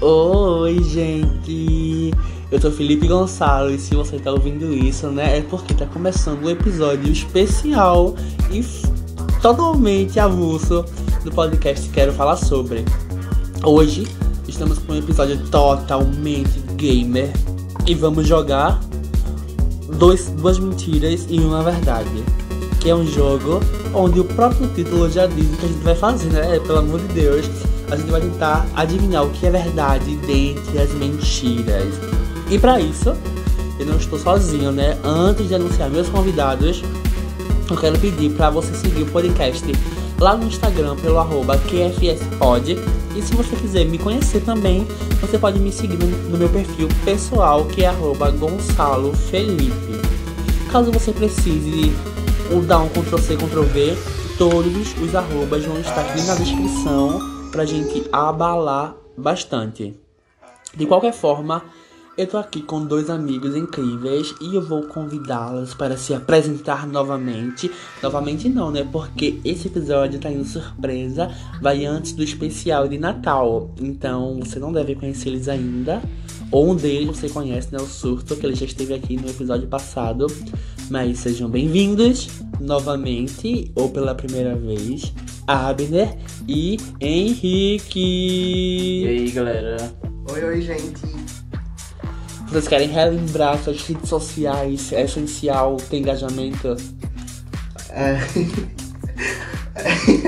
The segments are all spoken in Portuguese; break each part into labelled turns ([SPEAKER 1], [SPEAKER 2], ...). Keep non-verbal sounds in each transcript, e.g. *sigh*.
[SPEAKER 1] Oi, gente! Eu sou Felipe Gonçalo e se você tá ouvindo isso, né, é porque tá começando um episódio especial e f- totalmente avulso do podcast Quero Falar Sobre. Hoje estamos com um episódio totalmente gamer e vamos jogar dois, Duas Mentiras e Uma Verdade. Que é um jogo onde o próprio título já diz o que a gente vai fazer, né? Pelo amor de Deus, a gente vai tentar adivinhar o que é verdade dentre as mentiras. E pra isso, eu não estou sozinho, né? Antes de anunciar meus convidados, eu quero pedir pra você seguir o podcast lá no Instagram pelo arroba QFSPod. E se você quiser me conhecer também, você pode me seguir no no meu perfil pessoal, que é arroba Gonçalo Felipe. Caso você precise ou dar um Ctrl-C, Ctrl-V, todos os arrobas vão estar aqui na descrição pra gente abalar bastante. De qualquer forma, eu tô aqui com dois amigos incríveis e eu vou convidá-los para se apresentar novamente. Novamente não, né? Porque esse episódio tá indo surpresa, vai antes do especial de Natal. Então você não deve conhecer eles ainda. Ou um deles você conhece, né? O Surto, que ele já esteve aqui no episódio passado. Mas sejam bem-vindos novamente, ou pela primeira vez, Abner e Henrique.
[SPEAKER 2] E aí, galera?
[SPEAKER 3] Oi, oi, gente.
[SPEAKER 1] Vocês querem relembrar suas redes sociais? É essencial ter engajamento?
[SPEAKER 3] *laughs*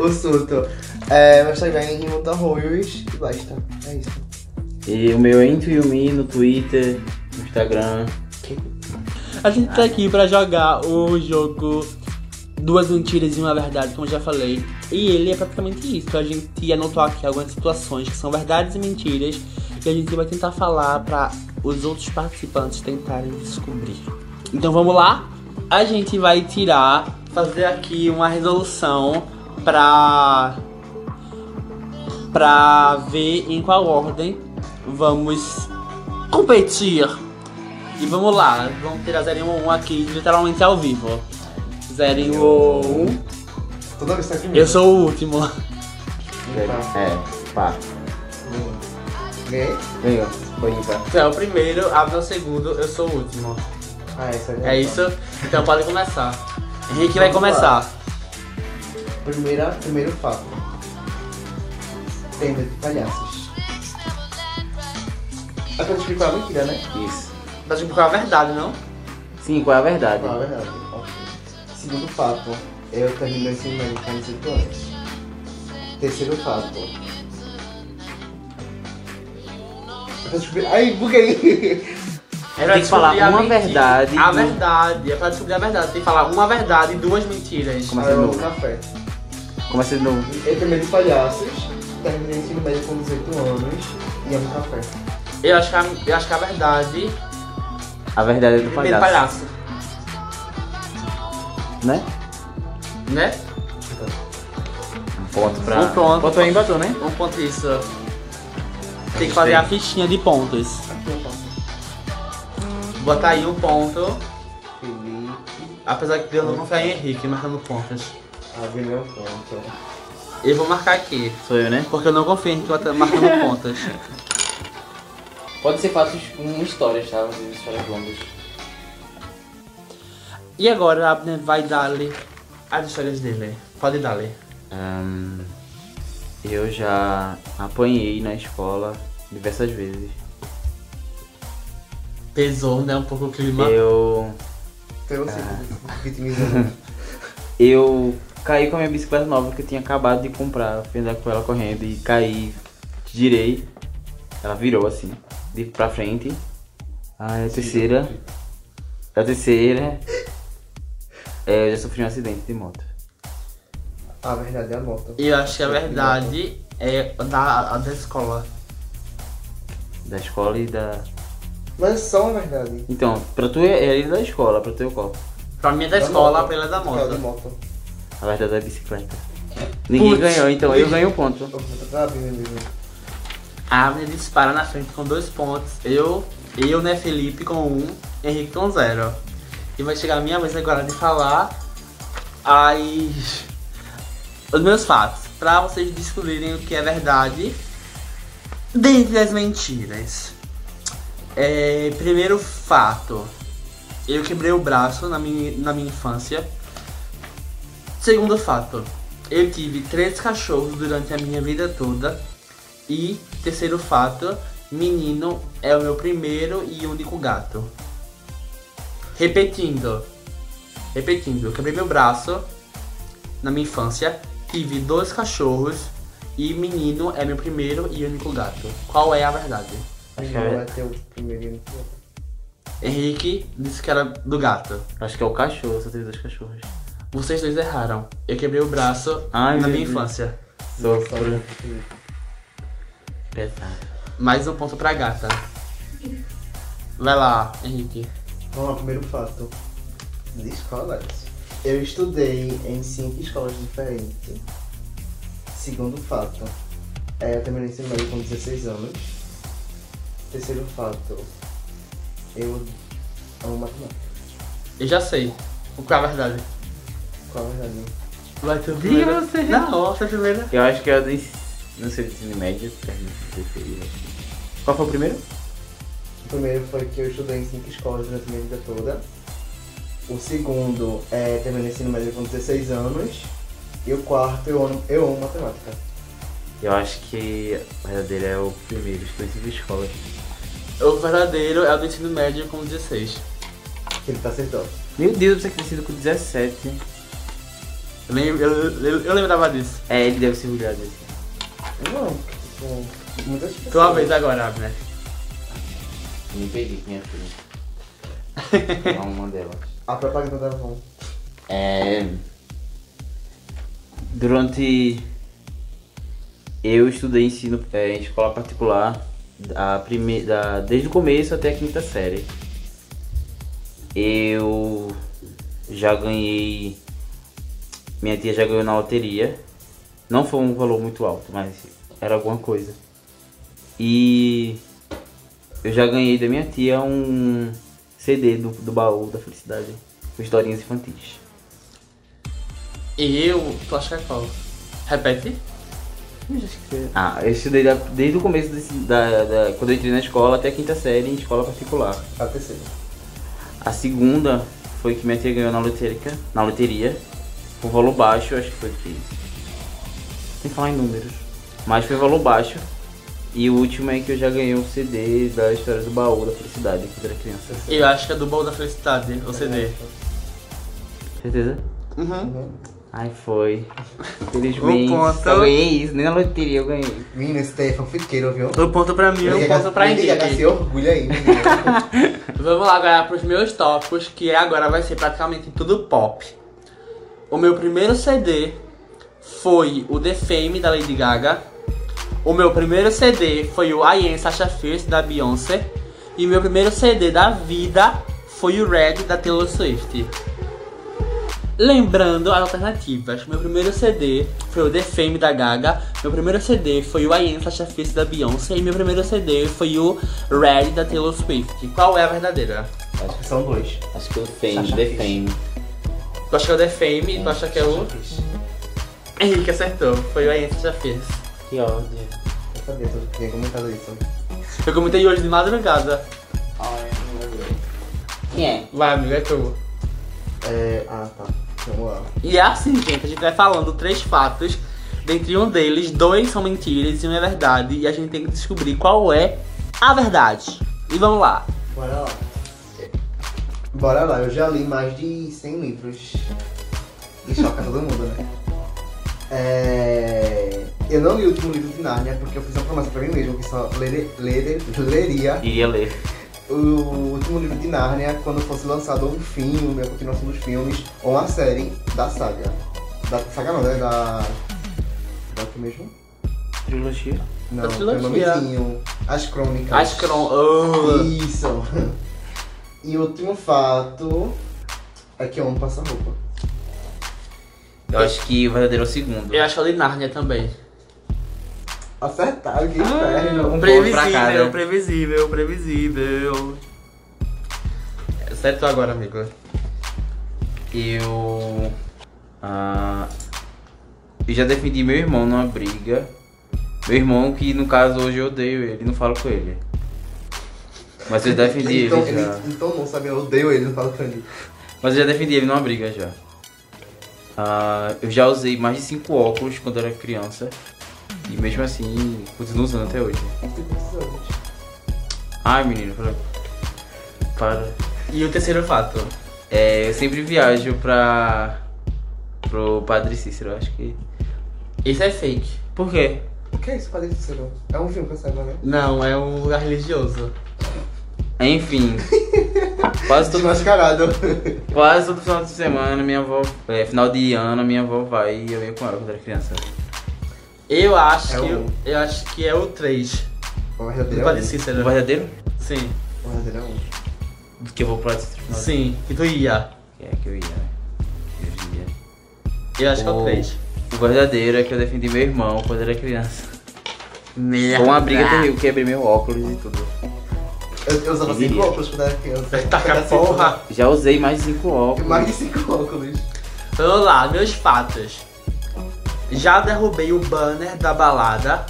[SPEAKER 3] O surto. É, meu Instagram é Rimonta Royals e basta. É isso.
[SPEAKER 2] E o meu é Intuiumi no Twitter, no Instagram.
[SPEAKER 1] A gente tá aqui pra jogar o jogo Duas Mentiras e Uma Verdade, como eu já falei. E ele é praticamente isso. A gente anotou aqui algumas situações que são verdades e mentiras. E a gente vai tentar falar pra os outros participantes tentarem descobrir. Então vamos lá? A gente vai tirar, fazer aqui uma resolução pra pra ver em qual ordem vamos competir. E vamos lá, vamos tirar 0 1 aqui, literalmente ao vivo. 0 em 1.
[SPEAKER 3] Toda vez que tá comigo.
[SPEAKER 1] Eu sou o último.
[SPEAKER 3] Tá.
[SPEAKER 2] É, pá.
[SPEAKER 3] Ganhei?
[SPEAKER 2] Ganhou. Foi ímpar.
[SPEAKER 1] *laughs* Você é o primeiro, abre o segundo, eu sou o último.
[SPEAKER 3] Ah, essa é
[SPEAKER 1] É isso? Então pode começar. Henrique vai
[SPEAKER 3] Vamos
[SPEAKER 1] começar.
[SPEAKER 3] Primeira, primeiro fato. Tenda de palhaços. É pra explicar a mentira, né?
[SPEAKER 2] Isso.
[SPEAKER 1] Tá tipo com a verdade, não?
[SPEAKER 2] Sim, qual é a verdade?
[SPEAKER 3] Não, é verdade. Segundo fato, eu terminei o ensino médio com 18 anos. Terceiro fato. É pra descobrir- Ai, buguei!
[SPEAKER 1] É pra
[SPEAKER 2] Tem que falar
[SPEAKER 1] descobrir a
[SPEAKER 2] uma
[SPEAKER 1] mentira.
[SPEAKER 2] verdade
[SPEAKER 1] A
[SPEAKER 2] e-
[SPEAKER 1] verdade. É pra descobrir a verdade. Tem que falar uma verdade e duas mentiras.
[SPEAKER 2] Como- Mas
[SPEAKER 3] Aí
[SPEAKER 2] de
[SPEAKER 3] eu
[SPEAKER 2] novo.
[SPEAKER 3] vou café.
[SPEAKER 2] Começa de é novo.
[SPEAKER 3] Eu também de palhaços, terminei o ensino médio com 18 anos e amo café.
[SPEAKER 1] Eu acho que a, eu acho que a verdade.
[SPEAKER 2] A verdade é do
[SPEAKER 1] Primeiro
[SPEAKER 2] palhaço.
[SPEAKER 1] Um palhaço.
[SPEAKER 2] Né?
[SPEAKER 1] Né?
[SPEAKER 2] Um ponto pra.
[SPEAKER 1] Um ponto.
[SPEAKER 2] Botou aí, botou, né?
[SPEAKER 1] Um ponto isso. Tem que fazer a fichinha de pontos.
[SPEAKER 3] Aqui eu faço.
[SPEAKER 1] Botar aí um ponto.
[SPEAKER 3] Felipe,
[SPEAKER 1] Apesar que eu não confio em Henrique tá marcando pontos.
[SPEAKER 3] abre meu ponto.
[SPEAKER 1] Eu vou marcar aqui.
[SPEAKER 2] Sou eu, né?
[SPEAKER 1] Porque eu não confio em Henrique bota- marcando pontos.
[SPEAKER 4] Pode ser fatos com histórias, tá? Às vezes histórias longas.
[SPEAKER 1] E agora Abner vai dar-lhe as histórias dele. Pode dar-lhe.
[SPEAKER 2] Ahn, eu já apanhei na escola diversas vezes.
[SPEAKER 1] Pesou, né? Um pouco o clima.
[SPEAKER 2] Eu.
[SPEAKER 3] Então
[SPEAKER 2] Ah.
[SPEAKER 3] eu sei que vitimizando.
[SPEAKER 2] Eu caí com a minha bicicleta nova que eu tinha acabado de comprar. Fui andar com ela correndo e caí, girei. Ela virou assim, de pra frente. Ah, é a terceira. É a terceira. É, eu já sofri um acidente de moto.
[SPEAKER 3] A verdade é a moto.
[SPEAKER 1] E eu acho que a verdade é da, a da escola.
[SPEAKER 2] Da escola e da.
[SPEAKER 3] Mas é só a verdade.
[SPEAKER 2] Então, pra tu é é ele da escola, pra tu é o qual?
[SPEAKER 1] Pra mim é da,
[SPEAKER 3] Da
[SPEAKER 1] escola,
[SPEAKER 3] moto.
[SPEAKER 1] pra ele é da
[SPEAKER 3] É, da
[SPEAKER 1] moto.
[SPEAKER 3] moto.
[SPEAKER 2] A verdade é a bicicleta. Ninguém
[SPEAKER 1] Putz.
[SPEAKER 2] ganhou, então eu ganho um ponto.
[SPEAKER 3] Eu vou tentar abrir meu livro.
[SPEAKER 1] A Abner dispara na frente com dois pontos. Eu, eu, né, Felipe com um, Henrique com zero. E vai chegar a minha vez agora de falar as... os meus fatos. Pra vocês descobrirem o que é verdade Dentre as mentiras. É, primeiro fato. Eu quebrei o braço na minha, na minha infância. Segundo fato. Eu tive três cachorros durante a minha vida toda. E terceiro fato. Menino é o meu primeiro e único gato. Repetindo. Repetindo. Eu quebrei meu braço na minha infância. Tive dois cachorros. E menino é meu primeiro e único gato. Qual é a verdade?
[SPEAKER 2] Acho que
[SPEAKER 3] Não
[SPEAKER 2] é,
[SPEAKER 3] é teu primeiro.
[SPEAKER 1] Henrique disse que era do gato.
[SPEAKER 2] acho que é o cachorro, só teve dois cachorros.
[SPEAKER 1] Vocês dois erraram. Eu quebrei o braço
[SPEAKER 2] Ai,
[SPEAKER 1] na
[SPEAKER 2] meu
[SPEAKER 1] minha
[SPEAKER 2] Deus.
[SPEAKER 1] infância.
[SPEAKER 2] Sofro. Pesado.
[SPEAKER 1] Mais um ponto pra gata. Vai lá, Henrique.
[SPEAKER 3] Vamos lá, primeiro fato. De escolas. Eu estudei em cinco escolas diferentes. Segundo fato. é, Eu terminei o ensino médio com 16 anos. Terceiro fato. Eu amo matemática.
[SPEAKER 1] Eu já sei. O que é a verdade?
[SPEAKER 3] Qual a verdade?
[SPEAKER 1] Vai tu
[SPEAKER 2] primeiro.
[SPEAKER 1] primeiro. Não, você primeiro.
[SPEAKER 2] Eu acho que é o do ens- Não sei, do ensino médio. porque eu não sei se eu acho. Qual foi o primeiro?
[SPEAKER 3] O primeiro foi que eu estudei em cinco escolas durante a minha vida toda. O segundo é terminei o ensino médio com 16 anos. E o quarto, eu amo, eu amo matemática.
[SPEAKER 2] Eu acho que o verdadeiro é o primeiro, estudei em cinco escolas.
[SPEAKER 1] O verdadeiro é o do ensino médio com 16.
[SPEAKER 3] Que ele tá acertando.
[SPEAKER 2] Meu Deus, você que ter sido com 17.
[SPEAKER 1] Eu, lem- eu- eu- eu lembrava disso.
[SPEAKER 2] É, ele deve ser orgulhoso. assim.
[SPEAKER 3] Eu não, porque, tipo, muitas pessoas.
[SPEAKER 1] Tua vez agora, Abner.
[SPEAKER 5] Eu me peguei com minha filha.
[SPEAKER 2] *laughs*
[SPEAKER 5] É uma delas.
[SPEAKER 3] A propaganda da Avon.
[SPEAKER 2] É. Durante. Eu estudei ensino é, em escola particular da prime... da... desde o começo até a quinta série. Eu já ganhei. Minha tia já ganhou na loteria. Não foi um valor muito alto, mas era alguma coisa. E eu já ganhei da minha tia um CD do, do baú da felicidade com historinhas infantis.
[SPEAKER 1] E eu, tu acha que é qual? Repete?
[SPEAKER 2] Ah, eu estudei da- desde o começo desse- da, da- quando eu entrei na escola até a quinta série em escola particular.
[SPEAKER 3] A terceira.
[SPEAKER 2] A segunda foi que minha tia ganhou na lotérica, na loteria, por valor baixo, acho que foi que Sem falar em números. Mas foi valor baixo. E o último é que eu já ganhei um CD da história do baú da felicidade quando era criança.
[SPEAKER 1] Eu acho que é do Baú da Felicidade, o CD.
[SPEAKER 2] Certeza?
[SPEAKER 1] Uhum.
[SPEAKER 3] Uhum.
[SPEAKER 2] Ai foi. Felizmente.
[SPEAKER 1] Um ponto.
[SPEAKER 2] Só ganhei isso, nem na loteria eu ganhei.
[SPEAKER 3] Menina, esse daí é fanfiqueiro, viu?
[SPEAKER 1] Um ponto pra mim, um ponto pra
[SPEAKER 3] Menina,
[SPEAKER 1] Henrique.
[SPEAKER 3] se orgulha aí, menina.
[SPEAKER 1] Vamos lá agora pros meus tópicos, que é agora vai ser praticamente tudo pop. O meu primeiro CD foi o The Fame da Lady Gaga. O meu primeiro CD foi o I Am Sasha Fierce da Beyoncé. E meu primeiro CD da vida foi o Red da Taylor Swift. Lembrando as alternativas, meu primeiro CD foi o The Fame da Gaga, meu primeiro CD foi o I Am Sasha Fierce da Beyoncé e meu primeiro CD foi o Red da Taylor Swift. Qual é a verdadeira?
[SPEAKER 3] *laughs* São dois.
[SPEAKER 5] Acho que eu Fame,
[SPEAKER 3] Sasha
[SPEAKER 5] The
[SPEAKER 3] Fierce.
[SPEAKER 5] Fame.
[SPEAKER 1] Tu acha que é o The Fame, tu acha que é o... Henrique acertou, foi o I Am Sasha Fierce.
[SPEAKER 5] Que ódio.
[SPEAKER 3] Eu sabia, tu tinha comentado isso.
[SPEAKER 1] Eu comentei hoje de madrugada.
[SPEAKER 5] Ai, não lembrei. Quem é?
[SPEAKER 1] Vai, amigo, é tu.
[SPEAKER 3] É. Ah, tá. Vamos lá.
[SPEAKER 1] E é assim, gente, a gente vai falando três fatos. Dentre um deles, dois são mentiras e um é verdade. E a gente tem que descobrir qual é a verdade. E vamos lá.
[SPEAKER 3] Bora lá. Bora lá, eu já li mais de 100 livros. E choca todo mundo, né? É... Eu não li o último livro de Narnia porque eu fiz uma promessa pra mim mesmo que só ler, ler, leria
[SPEAKER 2] Iria ler.
[SPEAKER 3] o último livro de Narnia quando fosse lançado um filme, a continuação dos filmes, ou uma série da saga. Da saga não, né? Da. Da que mesmo?
[SPEAKER 2] Trilogia.
[SPEAKER 3] Não,
[SPEAKER 1] Da
[SPEAKER 3] tem um
[SPEAKER 1] trilogia.
[SPEAKER 3] nomezinho. As Crônicas.
[SPEAKER 1] As cron... Oh.
[SPEAKER 3] Isso. E o último fato é que eu amo passar roupa.
[SPEAKER 2] Eu acho que o verdadeiro é o segundo.
[SPEAKER 1] Eu acho que eu li Narnia também.
[SPEAKER 3] Acertaram, que
[SPEAKER 1] Ah,
[SPEAKER 3] inferno. Então,
[SPEAKER 2] um ponto pra cá,
[SPEAKER 1] Previsível,
[SPEAKER 2] né?
[SPEAKER 1] previsível, previsível. Acertou agora, amigo.
[SPEAKER 2] Eu. ah, eu já defendi meu irmão numa briga Meu irmão, que no caso hoje eu odeio ele, não falo com ele. Mas eu já defendi ele
[SPEAKER 3] então,
[SPEAKER 2] já.
[SPEAKER 3] então não, sabe? Eu odeio ele, não falo pra ele.
[SPEAKER 2] Mas eu já defendi ele numa briga já. Ah, eu já usei mais de 5 óculos quando era criança. E mesmo assim, continuo usando até hoje. Ai, menino, pra... para.
[SPEAKER 1] E o terceiro fato.
[SPEAKER 2] É, eu sempre viajo pra. pro Padre Cícero, eu acho que.
[SPEAKER 1] Esse é fake.
[SPEAKER 2] Por quê?
[SPEAKER 3] O que é isso, Padre Cícero? É um filme que eu saiba, né?
[SPEAKER 1] Não, é um lugar religioso. *laughs*
[SPEAKER 2] Enfim. quase todo
[SPEAKER 3] Desmascarado.
[SPEAKER 2] Quase todo final de semana, minha avó. é, final de ano, minha avó vai e eu ia com ela quando era criança.
[SPEAKER 1] Eu acho
[SPEAKER 3] É
[SPEAKER 1] que
[SPEAKER 3] um.
[SPEAKER 1] eu acho que é o 3.
[SPEAKER 3] O
[SPEAKER 1] Do
[SPEAKER 3] verdadeiro é
[SPEAKER 1] Padre
[SPEAKER 3] um.
[SPEAKER 1] Cícero.
[SPEAKER 2] O verdadeiro?
[SPEAKER 1] Sim.
[SPEAKER 3] O verdadeiro é um.
[SPEAKER 2] Do que eu vou pro Padre Cícero final de-
[SPEAKER 1] Sim, que tu ia.
[SPEAKER 2] Que é que eu ia, né? Que hoje em dia.
[SPEAKER 1] Eu acho que é o 3.
[SPEAKER 2] O verdadeiro é que eu defendi meu irmão quando
[SPEAKER 1] *laughs*
[SPEAKER 2] era criança.
[SPEAKER 1] Merda.
[SPEAKER 2] Com uma briga terrível, quebrei meu óculos e tudo.
[SPEAKER 3] Eu, eu usava
[SPEAKER 2] Eu
[SPEAKER 3] cinco
[SPEAKER 2] diria.
[SPEAKER 3] óculos quando era criança.
[SPEAKER 1] Taca
[SPEAKER 3] Era cinco.
[SPEAKER 1] porra.
[SPEAKER 2] Já usei mais de cinco óculos.
[SPEAKER 3] Mais de cinco óculos.
[SPEAKER 1] Vamos lá, meus fatos. Já derrubei o banner da balada.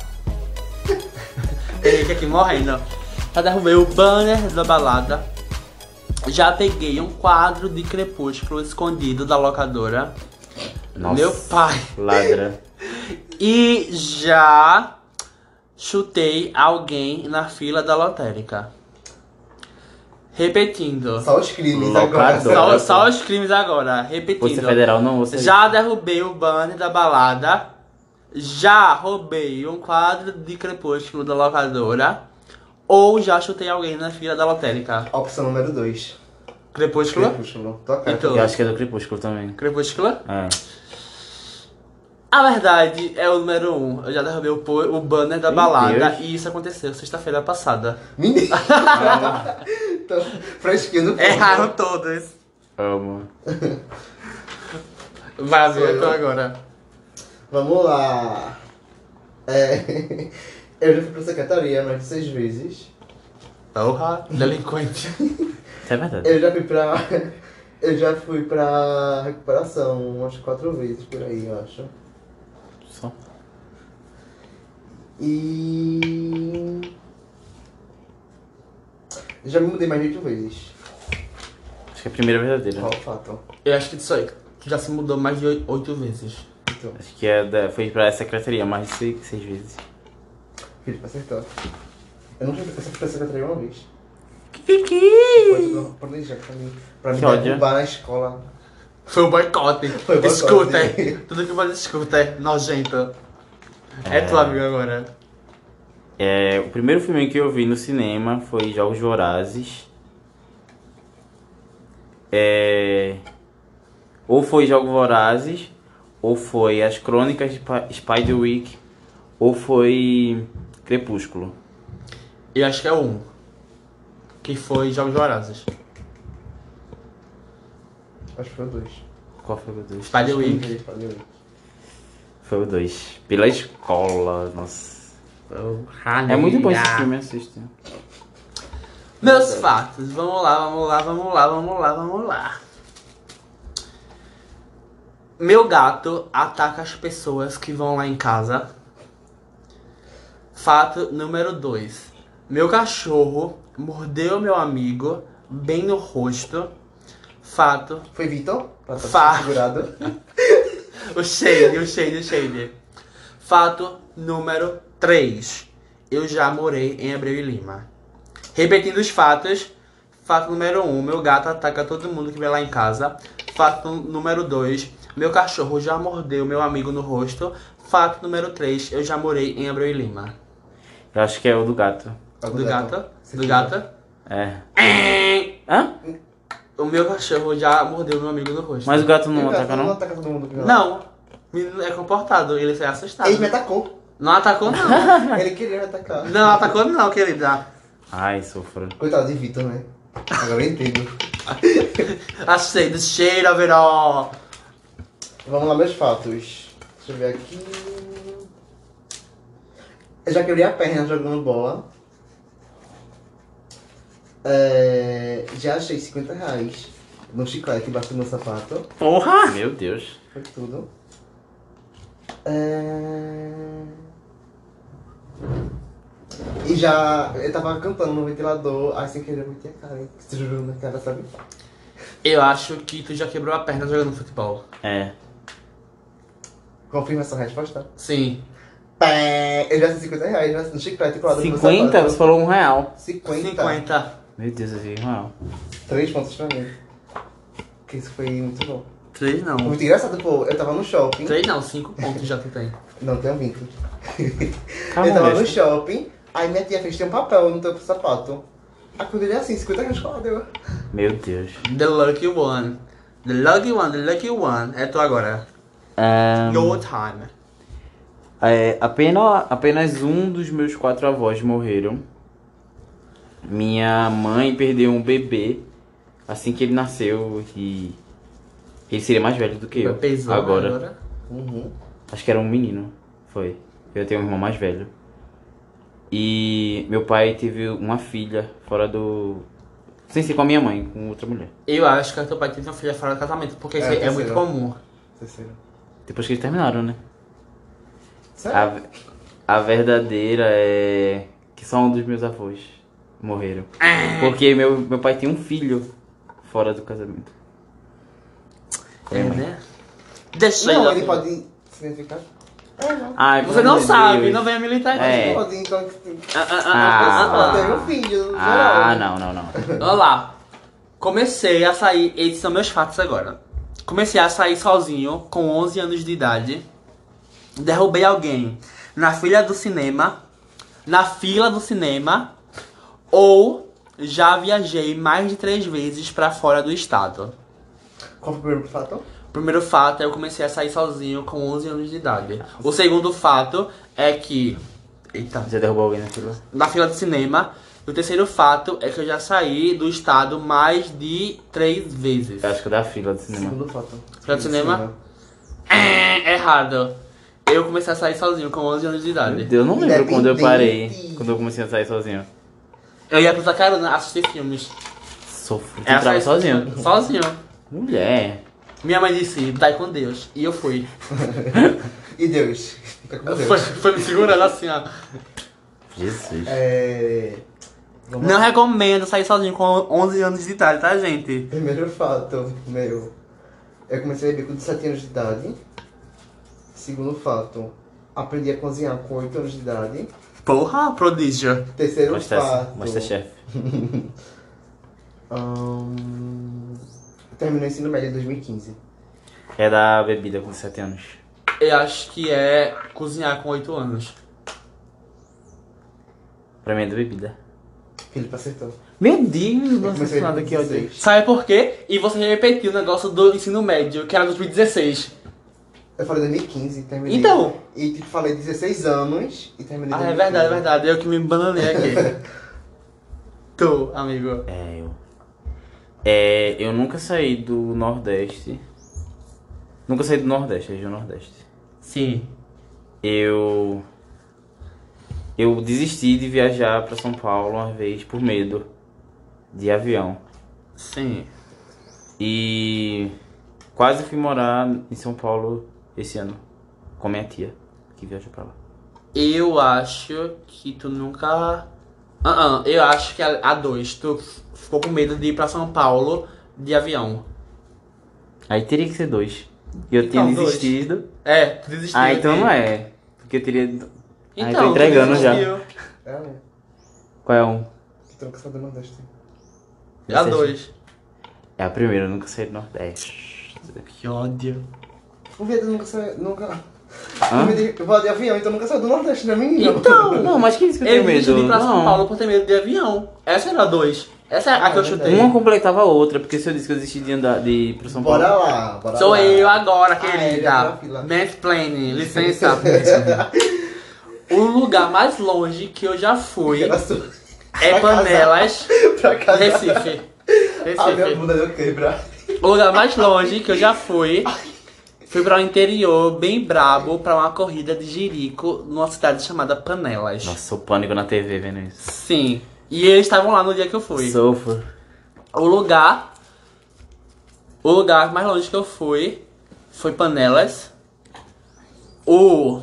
[SPEAKER 1] Henrique aqui morrendo. Já derrubei o banner da balada. Já peguei um quadro de crepúsculo escondido da locadora.
[SPEAKER 2] Nossa.
[SPEAKER 1] Meu pai. *laughs*
[SPEAKER 2] Ladra.
[SPEAKER 1] E já chutei alguém na fila da lotérica. Repetindo.
[SPEAKER 3] Só os crimes
[SPEAKER 2] Locadora.
[SPEAKER 1] Só,
[SPEAKER 3] agora.
[SPEAKER 1] só os crimes agora.
[SPEAKER 2] Polícia
[SPEAKER 1] Repetindo.
[SPEAKER 2] Federal não ouça. isso.
[SPEAKER 1] Já derrubei o banner da balada. Já roubei um quadro de crepúsculo da locadora. Ou já chutei alguém na fila da lotérica.
[SPEAKER 3] Opção número 2.
[SPEAKER 1] Crepúsculo?
[SPEAKER 3] Crepúsculo. Tua cara.
[SPEAKER 1] Então.
[SPEAKER 2] Eu acho que é do Crepúsculo também.
[SPEAKER 1] Crepúsculo?
[SPEAKER 2] É.
[SPEAKER 1] A verdade é o número Um. Eu já derrubei o, po- o banner da
[SPEAKER 2] Meu
[SPEAKER 1] balada
[SPEAKER 2] Deus.
[SPEAKER 1] e isso aconteceu sexta-feira passada.
[SPEAKER 3] Menino. Então, fresquinho do
[SPEAKER 1] *laughs* Erraram todos.
[SPEAKER 2] Amo.
[SPEAKER 1] Vai,
[SPEAKER 3] Sou
[SPEAKER 1] ver então
[SPEAKER 3] eu.
[SPEAKER 1] agora.
[SPEAKER 3] Vamos lá. É, *laughs* eu já fui pra secretaria mais de seis vezes.
[SPEAKER 1] Porra, delinquente.
[SPEAKER 2] Isso é verdade.
[SPEAKER 3] Eu já fui pra. *laughs* Eu já fui pra recuperação umas quatro vezes por aí, eu acho.
[SPEAKER 2] Só.
[SPEAKER 3] E. Já me mudei mais de oito vezes.
[SPEAKER 2] Acho que é a primeira verdadeira.
[SPEAKER 3] Qual o fato?
[SPEAKER 1] Eu acho que isso aí já se mudou mais de oi- oito vezes.
[SPEAKER 3] Então,
[SPEAKER 2] Acho que é da, foi pra secretaria mais de seis, seis vezes.
[SPEAKER 3] Felipe acertou. Eu nunca eu só fui pra secretaria uma vez. Foi
[SPEAKER 1] Foi
[SPEAKER 3] tudo planejado pra mim. Pra me
[SPEAKER 2] Que ódio.
[SPEAKER 3] derrubar na escola.
[SPEAKER 1] o um boicote.
[SPEAKER 3] Foi o boicote.
[SPEAKER 1] Scooter. Tudo que faz scooter. Nojento. É,
[SPEAKER 2] É.
[SPEAKER 1] tu, amigo, agora.
[SPEAKER 2] É, o primeiro filme que eu vi no cinema foi Jogos Vorazes. É, ou foi Jogos Vorazes, ou foi As Crônicas de Pa- Spiderwick, ou foi Crepúsculo.
[SPEAKER 1] Eu acho que é o um. Que foi Jogos Vorazes.
[SPEAKER 3] Acho que foi o dois.
[SPEAKER 2] Qual foi o 2?
[SPEAKER 1] Spiderwick.
[SPEAKER 3] Spiderwick.
[SPEAKER 2] Foi o 2. Pela escola, nossa.
[SPEAKER 1] É
[SPEAKER 2] É muito bom esse filme, assista.
[SPEAKER 1] Meus fatos. Vamos lá, vamos lá, vamos lá, vamos lá, vamos lá. Meu gato ataca as pessoas que vão lá em casa. Fato número 2. Meu cachorro mordeu meu amigo bem no rosto. Fato.
[SPEAKER 3] Foi Vitor? Pra tá
[SPEAKER 1] Fá.
[SPEAKER 3] segurado.
[SPEAKER 1] O shade, o shade, o shade. Fato número 3. Eu já morei em Abreu e Lima. Repetindo os fatos. Fato número 1. Um, meu gato ataca todo mundo que vem lá em casa. Fato número 2. Meu cachorro já mordeu meu amigo no rosto. Fato número 3. Eu já morei em Abreu e Lima.
[SPEAKER 2] Eu acho que é o do gato.
[SPEAKER 1] Do
[SPEAKER 3] tá.
[SPEAKER 1] gato? Do gato?
[SPEAKER 2] É. Hã?
[SPEAKER 1] O meu cachorro já mordeu meu amigo no rosto.
[SPEAKER 2] Mas o gato não
[SPEAKER 3] Não
[SPEAKER 2] ataca,
[SPEAKER 3] não
[SPEAKER 2] não?
[SPEAKER 3] ataca todo mundo. Não.
[SPEAKER 1] Não. Menino é comportado. Ele é assustado.
[SPEAKER 3] Ele me atacou.
[SPEAKER 1] Não atacou, não.
[SPEAKER 3] *laughs* Ele queria me atacar.
[SPEAKER 1] não atacou, não, querida.
[SPEAKER 2] Ai, sofro.
[SPEAKER 3] Coitado de Vitor, né? Agora eu entendo.
[SPEAKER 1] Achei do cheiro, verão.
[SPEAKER 3] Vamos lá, meus fatos. Deixa eu ver aqui. Eu já quebrei a perna jogando bola. É, já achei 50 reais num chiclete embaixo do meu sapato.
[SPEAKER 1] Porra!
[SPEAKER 2] Meu Deus.
[SPEAKER 3] Foi tudo. É, E já. Eu tava cantando no ventilador, aí sem querer eu meti a cara, hein? Trururu na cara, sabe?
[SPEAKER 1] Eu acho que tu já quebrou a perna jogando futebol.
[SPEAKER 2] É.
[SPEAKER 3] Confirma essa resposta.
[SPEAKER 1] Sim.
[SPEAKER 3] Pé! Eu já sei 50 reais no chiclete colado no meu
[SPEAKER 2] 50? Você
[SPEAKER 3] sapato.
[SPEAKER 2] falou um real.
[SPEAKER 3] 50?
[SPEAKER 1] 50.
[SPEAKER 2] Meu Deus, eu vi um real.
[SPEAKER 3] Três pontos pra mim. Que isso foi muito bom.
[SPEAKER 1] 3 não.
[SPEAKER 3] Muito engraçado, pô. Eu tava no shopping.
[SPEAKER 1] 3 não, 5 pontos já tu tem.
[SPEAKER 3] Não, tem um vínculo.
[SPEAKER 2] Calma,
[SPEAKER 3] eu tava no
[SPEAKER 2] besta.
[SPEAKER 3] shopping, aí minha tia fez tem um papel no teu sapato. Aí quando ele é assim, 50 reais colado. eu-
[SPEAKER 2] Meu Deus.
[SPEAKER 1] The lucky one. The lucky one, the lucky one. É tu agora.
[SPEAKER 2] Ahn,
[SPEAKER 1] Your time.
[SPEAKER 2] É, apenas, apenas um dos meus quatro avós morreram. Minha mãe perdeu um bebê assim que ele nasceu e ele seria mais velho do que eu.
[SPEAKER 1] Pesou né,
[SPEAKER 2] agora.
[SPEAKER 1] agora.
[SPEAKER 3] Uhum.
[SPEAKER 2] Acho que era um menino. Foi. Eu tenho um irmão mais velho. E meu pai teve uma filha fora do. Sem ser com a minha mãe, com outra mulher.
[SPEAKER 1] Eu acho que é teu pai teve uma filha fora do casamento, porque isso
[SPEAKER 3] É,
[SPEAKER 1] é,
[SPEAKER 3] terceiro.
[SPEAKER 1] muito comum.
[SPEAKER 3] Terceiro.
[SPEAKER 2] Depois que eles terminaram, né? A,
[SPEAKER 3] Sério?
[SPEAKER 2] ve- a verdadeira é que só um dos meus avós morreram. Porque meu, meu pai tem um filho fora do casamento.
[SPEAKER 1] É, né? Deixa
[SPEAKER 3] Não,
[SPEAKER 1] ele.
[SPEAKER 3] ele pode significar. É, não.
[SPEAKER 2] Ai,
[SPEAKER 1] Você
[SPEAKER 2] pelo
[SPEAKER 1] não
[SPEAKER 2] amor de
[SPEAKER 1] sabe,
[SPEAKER 2] Deus.
[SPEAKER 1] não venha militar.
[SPEAKER 2] É.
[SPEAKER 3] Pode, então. que-
[SPEAKER 1] Ah, ah,
[SPEAKER 2] Ah.
[SPEAKER 1] ah,
[SPEAKER 3] Esse
[SPEAKER 1] ah, ah.
[SPEAKER 3] pode é meu filho. no
[SPEAKER 2] Ah,
[SPEAKER 3] geral.
[SPEAKER 2] não, não, não.
[SPEAKER 1] Olha lá. Comecei a sair, esses são meus fatos agora. Comecei a sair sozinho com 11 anos de idade. Derrubei alguém na fila do cinema, na fila do cinema, ou já viajei mais de três vezes pra fora do estado.
[SPEAKER 3] Qual foi o primeiro fato?
[SPEAKER 1] Primeiro fato é eu comecei a sair sozinho com 11 anos de idade. O segundo fato é que. Eita,
[SPEAKER 2] Já derrubou alguém na fila?
[SPEAKER 1] na fila do cinema. E o terceiro fato é que eu já saí do estado mais de três vezes.
[SPEAKER 2] Eu acho que da fila do cinema.
[SPEAKER 3] Segundo fato. né?
[SPEAKER 1] Pra cinema? É, errado. Eu comecei a sair sozinho com 11 anos de
[SPEAKER 2] Meu
[SPEAKER 1] idade.
[SPEAKER 2] Deus, eu não lembro quando eu parei.
[SPEAKER 3] Independente.
[SPEAKER 2] Quando eu comecei a sair sozinho.
[SPEAKER 1] Eu ia pra carona assistir filmes.
[SPEAKER 2] Sofri.
[SPEAKER 1] Era
[SPEAKER 2] Entrava
[SPEAKER 1] É só isso.
[SPEAKER 2] sozinho.
[SPEAKER 1] Sozinho.
[SPEAKER 2] Mulher.
[SPEAKER 1] Minha mãe disse, vai com Deus. E eu fui.
[SPEAKER 3] E Deus? *laughs* Fica com
[SPEAKER 1] Foi,
[SPEAKER 3] Deus.
[SPEAKER 1] foi me segurando assim, ó.
[SPEAKER 2] Jesus.
[SPEAKER 3] É. vamos
[SPEAKER 1] Não
[SPEAKER 3] lá.
[SPEAKER 1] recomendo sair sozinho com 11 anos de idade, tá, gente?
[SPEAKER 3] Primeiro fato, meu. é Eu comecei a beber com 17 anos de idade. Segundo fato, aprendi a cozinhar com 8 anos de idade.
[SPEAKER 1] Porra, prodígio.
[SPEAKER 3] Terceiro
[SPEAKER 1] tá
[SPEAKER 2] Master-
[SPEAKER 1] assim,
[SPEAKER 3] fato.
[SPEAKER 2] Masterchef.
[SPEAKER 3] ahn, terminei o ensino médio em 2015.
[SPEAKER 2] É da bebida com 7 anos.
[SPEAKER 1] Eu acho que é cozinhar com 8 anos.
[SPEAKER 2] Pra mim é da bebida.
[SPEAKER 3] Felipe acertou.
[SPEAKER 2] Meu Deus,
[SPEAKER 3] Eu
[SPEAKER 2] nossa
[SPEAKER 3] comecei a
[SPEAKER 2] senhora,
[SPEAKER 3] beber
[SPEAKER 2] que
[SPEAKER 3] com
[SPEAKER 2] ódio.
[SPEAKER 3] 16.
[SPEAKER 1] Sabe por quê? E você repetiu o negócio do ensino médio, que era 2016.
[SPEAKER 3] Eu falei 2015, terminei.
[SPEAKER 1] Então.
[SPEAKER 3] E tipo, falei 16 anos e terminei.
[SPEAKER 1] Ah, é
[SPEAKER 3] 2015.
[SPEAKER 1] verdade, é verdade. Eu que me abandonei aqui.
[SPEAKER 3] *laughs*
[SPEAKER 1] tu, amigo.
[SPEAKER 2] É, eu. É, eu nunca saí do Nordeste. Nunca saí do Nordeste, região Nordeste.
[SPEAKER 1] Sim.
[SPEAKER 2] Eu. Eu desisti de viajar pra São Paulo uma vez por medo de avião.
[SPEAKER 1] Sim.
[SPEAKER 2] E. Quase fui morar em São Paulo esse ano com minha tia, que viajou pra lá.
[SPEAKER 1] Eu acho que tu nunca. Ah, ah, eu acho que a, a dois. Tu f- ficou com medo de ir pra São Paulo de avião.
[SPEAKER 2] Aí teria que ser dois. E eu tinha
[SPEAKER 1] Então, dois.
[SPEAKER 2] desistido.
[SPEAKER 1] É, tu desistiu.
[SPEAKER 2] Ah, então
[SPEAKER 1] né?
[SPEAKER 2] não é. Porque eu teria. Então,
[SPEAKER 1] Então,
[SPEAKER 2] tô
[SPEAKER 1] tu
[SPEAKER 2] entregando já.
[SPEAKER 1] desistiu.
[SPEAKER 3] É, né?
[SPEAKER 2] Qual é um?
[SPEAKER 3] Que tronca só do Nordeste.
[SPEAKER 1] A dois.
[SPEAKER 2] É a primeira, eu nunca saí do Nordeste.
[SPEAKER 1] Que ódio.
[SPEAKER 3] O Vieta Um nunca saiu. Nunca. O Vieta- Eu vou de avião, então nunca saiu do Nordeste, né, menino?
[SPEAKER 1] Então,
[SPEAKER 2] *laughs* Não, mas que isso que eu
[SPEAKER 1] eu
[SPEAKER 2] tenho
[SPEAKER 1] desisti de ir
[SPEAKER 2] medo?
[SPEAKER 1] pra São
[SPEAKER 2] Não.
[SPEAKER 1] Paulo por ter medo de avião. Essa era a dois. Essa é a que eu
[SPEAKER 3] Ah,
[SPEAKER 1] chutei.
[SPEAKER 2] Uma completava a outra, porque se eu disse que eu desisti de andar de ir pro São Paulo.
[SPEAKER 3] *laughs* Bora lá, bora
[SPEAKER 1] Sou
[SPEAKER 3] lá.
[SPEAKER 1] eu agora,
[SPEAKER 3] Ah, é, já
[SPEAKER 1] querida.
[SPEAKER 3] tá na fila.
[SPEAKER 1] Mansplaining, licença. o lugar mais longe que eu já fui
[SPEAKER 3] Era sua.
[SPEAKER 1] é
[SPEAKER 3] Pra casar.
[SPEAKER 1] Panelas,
[SPEAKER 3] pra casa.
[SPEAKER 1] Recife.
[SPEAKER 3] A minha
[SPEAKER 1] Recife.
[SPEAKER 3] bunda deu quebra.
[SPEAKER 1] O lugar mais longe que eu já fui fui para o interior, bem brabo, pra uma corrida de jirico numa cidade chamada Panelas.
[SPEAKER 2] Nossa, o pânico na TV vendo isso.
[SPEAKER 1] Sim. E eles estavam lá no dia que eu fui.
[SPEAKER 2] Sofro.
[SPEAKER 1] O lugar. O lugar mais longe que eu fui foi Panelas. O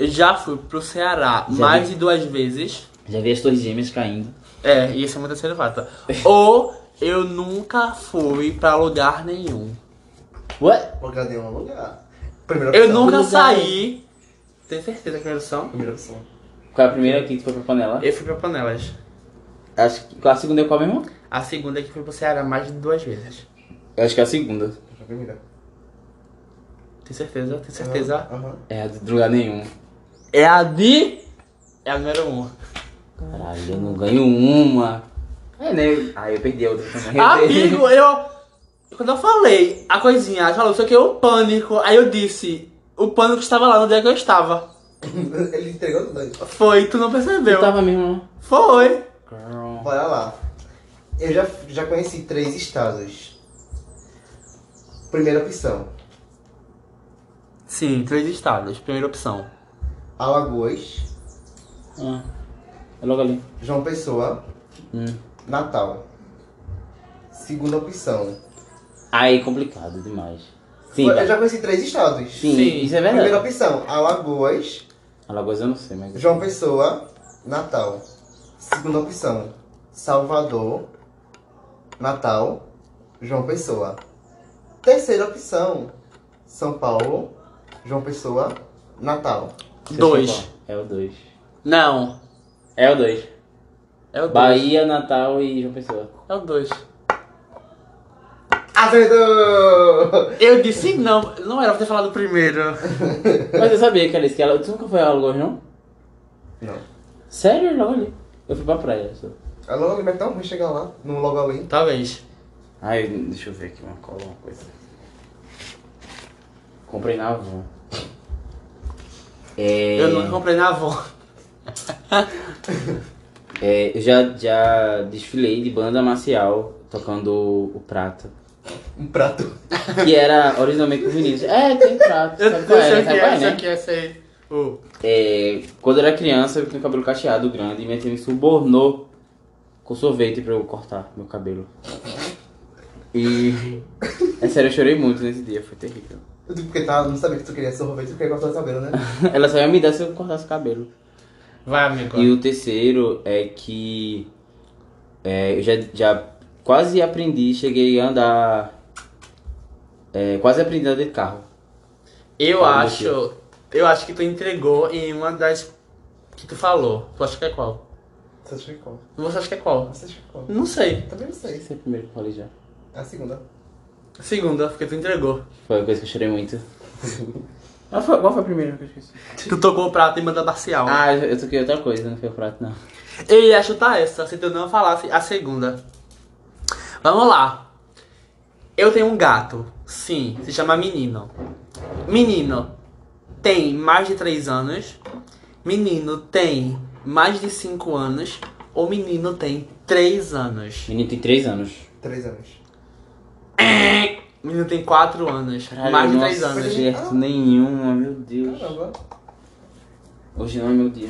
[SPEAKER 1] Já fui pro Ceará
[SPEAKER 2] Já
[SPEAKER 1] mais
[SPEAKER 2] vi.
[SPEAKER 1] de duas vezes.
[SPEAKER 2] Já vi as torres gêmeas caindo.
[SPEAKER 1] É, e esse é uma terceira *laughs* fata. Ou eu nunca fui pra lugar nenhum.
[SPEAKER 2] What?
[SPEAKER 3] Porque ela deu um lugar. Primeira
[SPEAKER 1] Eu
[SPEAKER 3] opção.
[SPEAKER 1] nunca
[SPEAKER 2] lugar
[SPEAKER 1] saí. é- Tem certeza que era são?
[SPEAKER 3] Primeira opção.
[SPEAKER 2] Qual é a primeira que tu foi pra panela?
[SPEAKER 1] Eu fui pra Panelas.
[SPEAKER 2] Acho que. Qual a segunda é qual mesmo?
[SPEAKER 1] A segunda é que fui pro Ceará mais de duas vezes.
[SPEAKER 2] Eu acho que é a segunda.
[SPEAKER 3] A primeira.
[SPEAKER 1] Tem certeza? Tem certeza?
[SPEAKER 3] Aham.
[SPEAKER 2] É, a de lugar nenhum.
[SPEAKER 1] É a de. É a número um.
[SPEAKER 2] Caralho, eu não ganho uma. É, né? Ah, eu perdi a outra também.
[SPEAKER 1] Amigo, eu. Quando eu falei a coisinha, ela falou, só que o pânico. Aí eu disse, o pânico estava lá onde é que eu estava.
[SPEAKER 3] *laughs* Ele entregou tudo aí.
[SPEAKER 1] Foi, tu não percebeu.
[SPEAKER 2] Eu tava mesmo.
[SPEAKER 1] Foi.
[SPEAKER 2] Girl.
[SPEAKER 3] Bora lá. Eu já, já conheci três estados. Primeira opção,
[SPEAKER 1] Sim, três estados. Primeira opção.
[SPEAKER 3] Alagoas,
[SPEAKER 2] Ah, é logo ali.
[SPEAKER 3] João Pessoa,
[SPEAKER 2] Hum.
[SPEAKER 3] Natal. Segunda opção.
[SPEAKER 2] Aí, complicado demais. Sim,
[SPEAKER 3] Eu
[SPEAKER 2] tá.
[SPEAKER 3] já conheci três estados.
[SPEAKER 2] Sim,
[SPEAKER 1] Sim,
[SPEAKER 2] isso é verdade.
[SPEAKER 3] Primeira opção, Alagoas,
[SPEAKER 2] Alagoas eu não sei, mas.
[SPEAKER 3] João Pessoa, Natal. Segunda opção, Salvador, Natal, João Pessoa. Terceira opção, São Paulo, João Pessoa, Natal.
[SPEAKER 2] Sei
[SPEAKER 1] Dois.
[SPEAKER 2] se é qual. É o dois.
[SPEAKER 1] Não.
[SPEAKER 2] É o dois.
[SPEAKER 1] É o dois.
[SPEAKER 2] Bahia, Natal e João Pessoa.
[SPEAKER 1] É o dois.
[SPEAKER 3] Acertou!
[SPEAKER 1] Eu disse não. Não era pra ter falado primeiro.
[SPEAKER 2] Mas eu sabia que era isso. Que ela... Tu nunca foi a Alagoas, não?
[SPEAKER 3] Não.
[SPEAKER 2] Sério? Logo ali. Eu fui pra praia só.
[SPEAKER 3] É logo ali, mas é tão ruim chegar lá, no logo ali.
[SPEAKER 1] Talvez.
[SPEAKER 2] Ai, deixa eu ver aqui uma cola, uma coisa. Comprei na Avon. É,
[SPEAKER 1] Eu nunca comprei na Avon.
[SPEAKER 2] é, eu já, já desfilei de banda marcial tocando o prato.
[SPEAKER 3] Um prato.
[SPEAKER 2] Que era originalmente com Vinícius. É, tem prato.
[SPEAKER 1] Eu,
[SPEAKER 2] Sabe qual é, né?
[SPEAKER 1] sei o que
[SPEAKER 2] Sabe
[SPEAKER 1] é,
[SPEAKER 2] qual
[SPEAKER 1] eu
[SPEAKER 2] é,
[SPEAKER 1] sei o
[SPEAKER 2] né?
[SPEAKER 1] que é, sei. O-
[SPEAKER 2] É, quando eu era criança, eu tinha um cabelo cacheado grande e minha tia me subornou com sorvete pra eu cortar meu cabelo. E. É sério, eu chorei muito nesse dia, foi terrível.
[SPEAKER 3] Eu digo porque tá, não sabia que tu queria sorvete, tu queria cortar o cabelo, né?
[SPEAKER 2] Ela só ia me dar se eu cortasse o cabelo.
[SPEAKER 1] Vai, amigo.
[SPEAKER 2] E o terceiro é que é, eu já, já quase aprendi, cheguei a andar. é, quase aprendi a andar de carro.
[SPEAKER 1] Eu
[SPEAKER 2] Fala,
[SPEAKER 1] acho. Eu acho que tu entregou em uma das que tu falou. Tu acha que é qual?
[SPEAKER 3] Você acha que qual?
[SPEAKER 1] Você acha que é qual?
[SPEAKER 3] Você acha que qual?
[SPEAKER 1] Não sei.
[SPEAKER 3] Também não sei. É
[SPEAKER 2] Esse é o primeiro que eu falei já.
[SPEAKER 3] A segunda.
[SPEAKER 1] Segunda, porque tu entregou.
[SPEAKER 2] Foi uma coisa que eu chorei muito. Qual foi, qual foi a primeira que eu esqueci?
[SPEAKER 1] Tu tocou o prato em banda marcial.
[SPEAKER 2] Ah, eu, eu toquei outra coisa, não foi o prato, não.
[SPEAKER 1] Eu ia chutar essa, se tu não falasse a segunda. Vamos lá. Eu tenho um gato. Sim, se chama Menino. Menino tem mais de 3 anos. Menino tem mais de 5 anos. Ou menino tem 3 anos.
[SPEAKER 2] Menino tem 3 anos.
[SPEAKER 3] Três anos.
[SPEAKER 1] Menino tem 4 anos.
[SPEAKER 2] Caralho,
[SPEAKER 1] mais de
[SPEAKER 2] nossa,
[SPEAKER 1] 3 anos.
[SPEAKER 2] Certo nenhuma, meu Deus.
[SPEAKER 3] Caramba.
[SPEAKER 2] Hoje não é meu dia.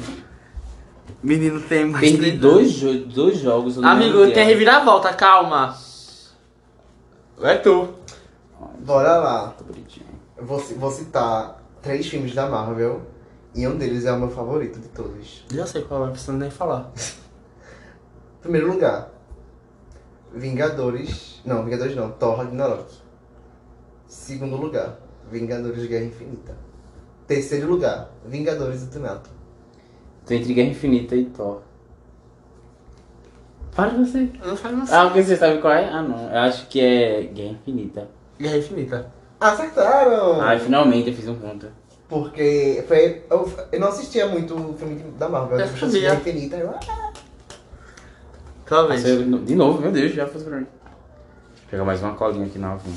[SPEAKER 1] Menino tem mais de
[SPEAKER 2] Perdi
[SPEAKER 1] três
[SPEAKER 2] dois, jo- dois jogos. no mesmo
[SPEAKER 1] Amigo,
[SPEAKER 2] dia.
[SPEAKER 1] tem a reviravolta, calma. É tu.
[SPEAKER 3] Bora lá.
[SPEAKER 2] Tô bonitinho.
[SPEAKER 3] Eu Vou, ci- vou citar tá três filmes da Marvel e um deles é o meu favorito de todos.
[SPEAKER 1] Já sei qual é, não precisa nem falar.
[SPEAKER 3] Primeiro lugar, Vingadores. Não, Vingadores não, Thor Ragnarok. Segundo lugar, Vingadores Guerra Infinita. Terceiro lugar, Vingadores Ultimato.
[SPEAKER 2] Tô entre Guerra Infinita e Thor. Para você.
[SPEAKER 1] Não faz mais
[SPEAKER 2] Ah, porque você sabe qual é? Ah, não. Eu acho que é Guerra Infinita.
[SPEAKER 1] Guerra é Infinita.
[SPEAKER 3] Acertaram!
[SPEAKER 2] Ah, finalmente eu fiz um ponto.
[SPEAKER 3] Porque foi, eu, eu não assistia muito o filme da Marvel,
[SPEAKER 1] Eu
[SPEAKER 3] eu assistia
[SPEAKER 1] sabia.
[SPEAKER 3] Guerra Infinita. Eu, ah,
[SPEAKER 1] Talvez.
[SPEAKER 2] Nossa, eu- de novo, meu Deus, já foi pra mim. Vou pegar mais uma colinha aqui na Avon.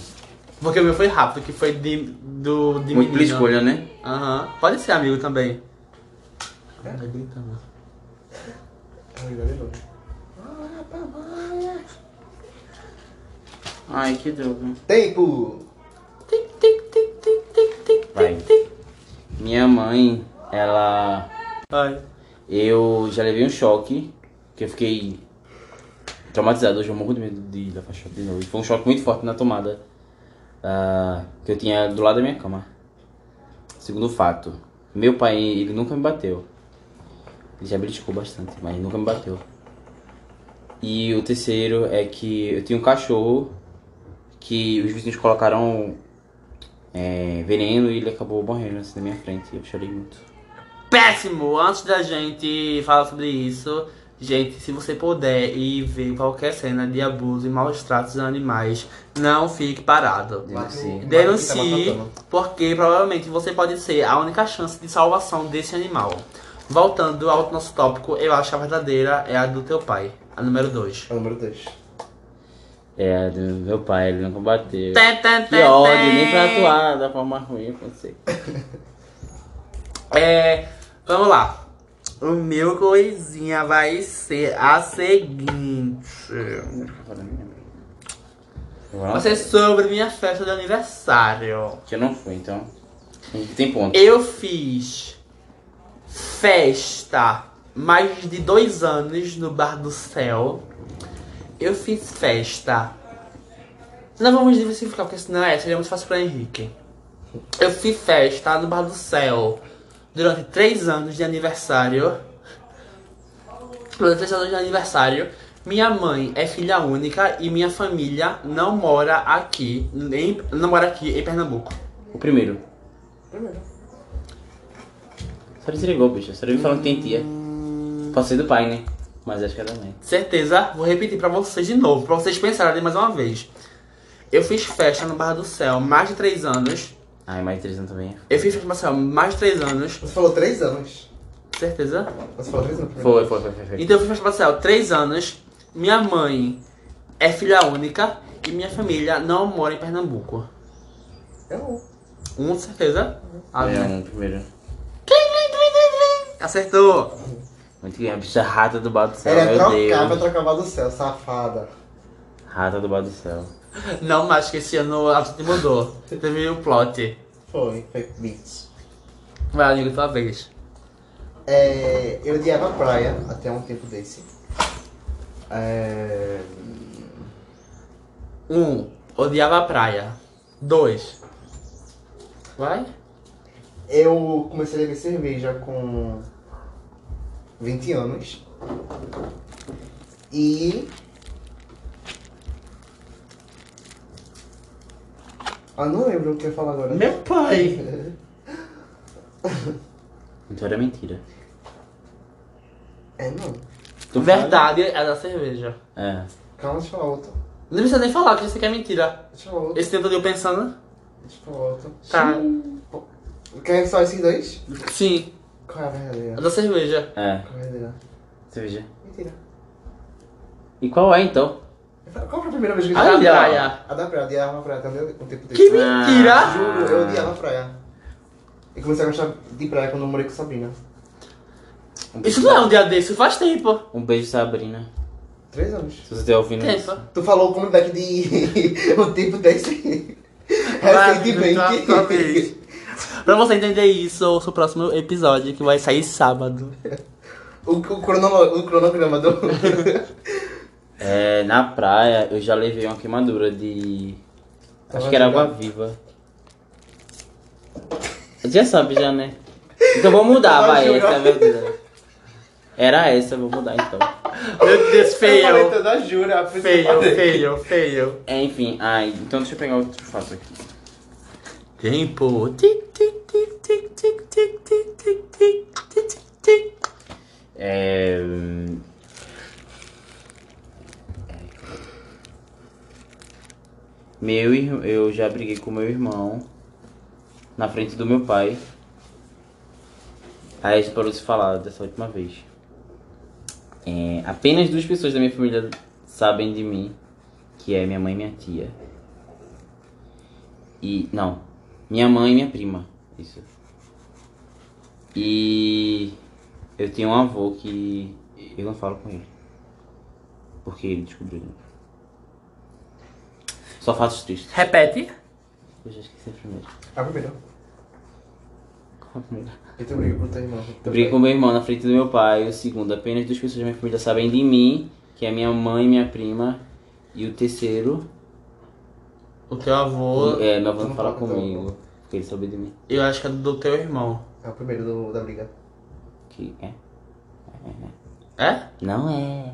[SPEAKER 1] Porque o meu foi rápido, que foi de, do, de
[SPEAKER 2] Múltipla
[SPEAKER 1] menino.
[SPEAKER 2] escolha, né?
[SPEAKER 1] Aham. Pode ser amigo também. Tá gritando.
[SPEAKER 3] Ai, meu Deus.
[SPEAKER 2] Ai, que droga.
[SPEAKER 3] Tempo!
[SPEAKER 2] Vai. Minha mãe, ela...
[SPEAKER 1] Ai.
[SPEAKER 2] Eu já levei um choque, que eu fiquei traumatizado. Hoje eu morro de medo de levar choque de novo. E Foi um choque muito forte na tomada ah, que eu tinha do lado da minha cama. Segundo fato, Meu pai, ele nunca me bateu. Ele já beliscou bastante, mas nunca me bateu. E o terceiro é que eu tinha um cachorro que os vizinhos colocaram é, veneno e ele acabou morrendo assim na minha frente. Eu chorei muito.
[SPEAKER 1] Péssimo! Antes da gente falar sobre isso, gente, se você puder e ver qualquer cena de abuso e maus tratos a animais, não fique parado.
[SPEAKER 2] Denuncie.
[SPEAKER 1] Denuncie, porque provavelmente você pode ser a única chance de salvação desse animal. Voltando ao nosso tópico, eu acho que a verdadeira é a do teu pai, a número 2.
[SPEAKER 3] É o número 2.
[SPEAKER 2] É, do meu pai, ele nunca bateu. Que ódio, nem pra atuar da forma ruim, eu pensei.
[SPEAKER 1] É, vamos lá. O meu coisinha vai ser a seguinte. Vai ser sobre minha festa de aniversário.
[SPEAKER 2] Que eu não fui, então. Tem ponto.
[SPEAKER 1] Eu fiz festa mais de dois anos no Bar do Céu. Eu fiz festa. Não vamos diversificar, porque senão é, seria muito fácil pra Henrique. Eu fiz festa no Bar do Céu durante três anos de aniversário. Durante três anos de aniversário. Minha mãe é filha única e minha família não mora aqui, nem, não mora aqui em Pernambuco.
[SPEAKER 2] O primeiro. Primeiro. Só desligou, bicho. Só me falando que tem tia. Pode ser do pai, né? Mas acho que é da mãe.
[SPEAKER 1] Certeza, vou repetir pra vocês de novo, pra vocês pensarem mais uma vez. Eu fiz festa no Barra do Céu mais de 3 anos.
[SPEAKER 2] Ai, mais três anos também. é
[SPEAKER 1] Eu fiz festa no Barra do Céu mais de 3 anos.
[SPEAKER 3] Você falou 3 anos.
[SPEAKER 1] Certeza?
[SPEAKER 3] Você falou 3 anos?
[SPEAKER 2] Foi, foi, foi, foi. foi.
[SPEAKER 1] Então eu fiz festa no Barra do Céu 3 anos. Minha mãe é filha única e minha família não mora em Pernambuco.
[SPEAKER 3] É um.
[SPEAKER 1] Um, certeza? Ah,
[SPEAKER 2] é,
[SPEAKER 1] né?
[SPEAKER 2] um primeiro.
[SPEAKER 1] Acertou!
[SPEAKER 2] Muito que a bicha rata do bar do céu,
[SPEAKER 3] Ela ia
[SPEAKER 2] É, meu
[SPEAKER 3] trocar pra
[SPEAKER 2] Deus.
[SPEAKER 3] trocar o Val do céu, safada.
[SPEAKER 2] Rata do bar do céu.
[SPEAKER 1] Não mais que esse ano a gente mudou. Teve o plot.
[SPEAKER 3] Foi, foi beats.
[SPEAKER 1] Vai, amigo, tua vez.
[SPEAKER 3] É, eu odiava a praia até um tempo desse. É,
[SPEAKER 1] Um, odiava a praia. Dois. Vai?
[SPEAKER 3] eu comecei a beber cerveja com 20 anos. E. Ah, não lembro o que eu ia falar agora.
[SPEAKER 1] Meu pai!
[SPEAKER 2] Então era mentira.
[SPEAKER 3] É, não.
[SPEAKER 1] Verdade é da cerveja.
[SPEAKER 2] Então É.
[SPEAKER 3] Calma, deixa eu falar outro.
[SPEAKER 1] Não precisa nem falar, que isso aqui é mentira.
[SPEAKER 3] Deixa eu falar outro.
[SPEAKER 1] Esse tempo eu pensando.
[SPEAKER 3] Deixa eu falar outro.
[SPEAKER 1] Tá.
[SPEAKER 3] Quer só esses dois?
[SPEAKER 1] Sim,
[SPEAKER 3] Qual é a
[SPEAKER 1] a
[SPEAKER 3] verdadeira?
[SPEAKER 1] da cerveja.
[SPEAKER 2] É.
[SPEAKER 3] Qual é a verdadeira?
[SPEAKER 2] Cerveja.
[SPEAKER 3] Mentira.
[SPEAKER 2] E qual é então?
[SPEAKER 3] Qual foi a primeira vez que eu
[SPEAKER 1] A da
[SPEAKER 2] Olha.
[SPEAKER 1] praia.
[SPEAKER 3] A da praia, eu odiava a praia também um tempo desse.
[SPEAKER 1] Ah, Que
[SPEAKER 2] Ah,
[SPEAKER 1] mentira!
[SPEAKER 3] Juro, eu odiava a praia. Eu comecei a gostar de praia quando eu morei com Sabrina.
[SPEAKER 2] Um
[SPEAKER 1] Isso não é um dia desse, faz tempo.
[SPEAKER 2] Um beijo, Sabrina.
[SPEAKER 3] Três anos.
[SPEAKER 2] Se você estiver ouvindo isso.
[SPEAKER 1] Tempo.
[SPEAKER 3] Tu falou o comeback de *laughs* o tempo
[SPEAKER 1] *laughs*
[SPEAKER 3] desse. É
[SPEAKER 1] Vai, é tua- tua vez.
[SPEAKER 3] Recentemente.
[SPEAKER 1] Pra você entender isso, ouça o próximo episódio que vai sair sábado.
[SPEAKER 3] *laughs* O, o, crono, o cronograma do.
[SPEAKER 1] *laughs*
[SPEAKER 2] É, na praia eu já levei uma queimadura de. Acho que era água viva. Você já sabe já, né? Então vou mudar,
[SPEAKER 3] Vai
[SPEAKER 2] vai,
[SPEAKER 3] jogar.
[SPEAKER 2] essa é a verdadeira. Era essa, eu vou mudar então.
[SPEAKER 1] Meu Deus,
[SPEAKER 3] *laughs* Eu falei
[SPEAKER 1] feio.
[SPEAKER 3] toda a jura, a pessoa
[SPEAKER 1] Feio,
[SPEAKER 3] falei.
[SPEAKER 1] feio, feio.
[SPEAKER 2] É, enfim, ai, então deixa eu pegar outro fato aqui.
[SPEAKER 1] Tempo. Tic, tic, tic, tic, tic, tic, tic, tic, tic, tic, tic.
[SPEAKER 2] É. hum, Meu irmão, eu já briguei com meu irmão na frente do meu pai. Aí a gente parou de se falar dessa última vez. É, apenas duas pessoas da minha família sabem de mim, que é minha mãe e minha tia. E não, minha mãe e minha prima, isso. E eu tenho um avô que eu não falo com ele. Porque ele descobriu. Só fatos tristes.
[SPEAKER 1] Repete.
[SPEAKER 2] Eu já esqueci a primeira. *laughs*
[SPEAKER 3] A primeira.
[SPEAKER 2] Qual a primeira?
[SPEAKER 3] Eu te brigo com teu irmão.
[SPEAKER 2] Eu briguei com meu irmão na frente do meu pai. O segundo, apenas duas pessoas da minha família sabem de mim, que é minha mãe e minha prima. E o terceiro,
[SPEAKER 1] O teu avô,
[SPEAKER 2] é, meu avô
[SPEAKER 3] não
[SPEAKER 2] não fala
[SPEAKER 3] fala com teu
[SPEAKER 2] comigo, porque ele sabe de mim.
[SPEAKER 1] eu acho que é do teu irmão.
[SPEAKER 3] É o primeiro do- da briga.
[SPEAKER 2] Que é?
[SPEAKER 1] É?
[SPEAKER 2] Não é.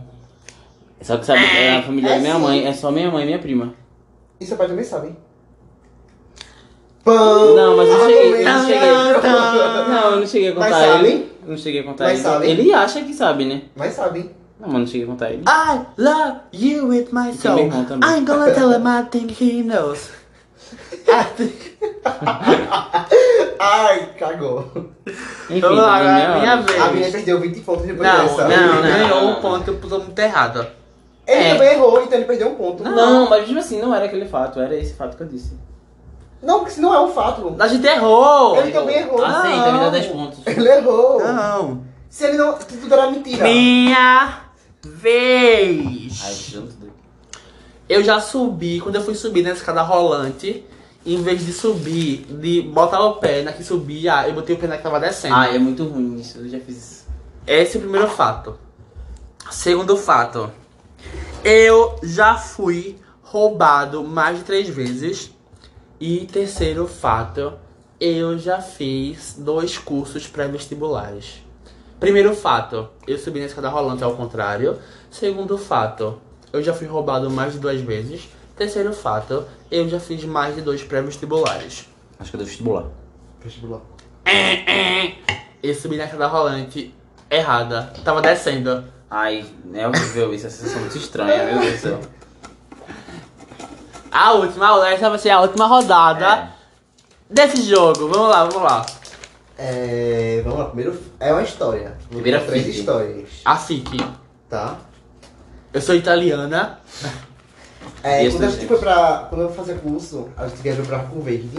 [SPEAKER 2] Só que sabe, é a família da minha mãe, é só minha mãe e minha prima.
[SPEAKER 3] E seu pai também sabe, hein? Pão!
[SPEAKER 2] Não, mas eu cheguei, eu não
[SPEAKER 3] Argumento.
[SPEAKER 2] cheguei. Não, eu não cheguei a contar
[SPEAKER 3] Mas sabe?
[SPEAKER 2] ele. Eu Não cheguei a contar
[SPEAKER 3] Mas
[SPEAKER 2] ele.
[SPEAKER 3] sabe?
[SPEAKER 2] Ele acha que sabe, né?
[SPEAKER 3] Mas sabe, hein?
[SPEAKER 2] Não, mas eu não cheguei a contar ele.
[SPEAKER 1] I love you with my
[SPEAKER 2] Tem
[SPEAKER 1] soul.
[SPEAKER 2] meu irmão também.
[SPEAKER 1] I'm gonna tell him I think he knows. I think...
[SPEAKER 3] Ai, cagou.
[SPEAKER 2] Enfim,
[SPEAKER 1] Vamos lá,
[SPEAKER 2] tá
[SPEAKER 1] agora
[SPEAKER 2] na
[SPEAKER 1] é
[SPEAKER 2] minha
[SPEAKER 1] minha
[SPEAKER 2] hora.
[SPEAKER 1] vez.
[SPEAKER 3] A menina perdeu 20 pontos depois
[SPEAKER 1] Não,
[SPEAKER 3] dessa.
[SPEAKER 1] não,
[SPEAKER 2] Não,
[SPEAKER 1] ganhou
[SPEAKER 2] não,
[SPEAKER 1] um
[SPEAKER 2] não.
[SPEAKER 1] ponto e pulou muito errado.
[SPEAKER 3] Ele
[SPEAKER 2] É.
[SPEAKER 3] também errou, então ele perdeu um ponto.
[SPEAKER 2] Não, mas mesmo assim, não era aquele fato, era esse fato que eu disse.
[SPEAKER 3] Não, porque isso não é um fato.
[SPEAKER 1] A gente errou!
[SPEAKER 3] Ele também errou.
[SPEAKER 2] Ah,
[SPEAKER 4] Aceita, me dá 10 pontos.
[SPEAKER 3] Ele errou.
[SPEAKER 1] Não.
[SPEAKER 3] Se ele não. Tudo era mentira.
[SPEAKER 1] Minha
[SPEAKER 4] Ai,
[SPEAKER 1] vez!
[SPEAKER 4] junto do...
[SPEAKER 1] Eu já subi, quando eu fui subir na escada rolante, em vez de subir, de botar o pé na que subia, eu botei o pé na que tava descendo.
[SPEAKER 4] Ai, é muito ruim isso, eu já fiz isso.
[SPEAKER 1] Esse é o primeiro fato. Segundo fato, eu já fui roubado mais de três vezes. E terceiro fato, eu já fiz dois cursos pré-vestibulares. Primeiro fato, eu subi na escada rolante ao contrário. Segundo fato, eu já fui roubado mais de duas vezes. Terceiro fato, eu já fiz mais de dois pré-vestibulares.
[SPEAKER 2] Acho que eu devo vestibular.
[SPEAKER 3] Vestibular.
[SPEAKER 1] Eu subi na escada rolante errada, tava descendo.
[SPEAKER 2] Ai, é horrível isso, é uma sensação muito estranha, meu Deus do céu.
[SPEAKER 1] A última, essa vai ser a última rodada desse jogo. Vamos lá, vamos lá.
[SPEAKER 3] É. Vamos lá, primeiro. É uma história. Vou
[SPEAKER 2] Primeira
[SPEAKER 3] contar três
[SPEAKER 2] fita. Ah.
[SPEAKER 3] histórias.
[SPEAKER 1] A Fique.
[SPEAKER 3] Tá?
[SPEAKER 1] Eu sou italiana.
[SPEAKER 3] É,
[SPEAKER 2] E
[SPEAKER 3] quando a
[SPEAKER 2] essas
[SPEAKER 3] gente
[SPEAKER 2] gente?
[SPEAKER 3] foi pra. Quando eu fazia curso, a gente viajou pra Arco Verde.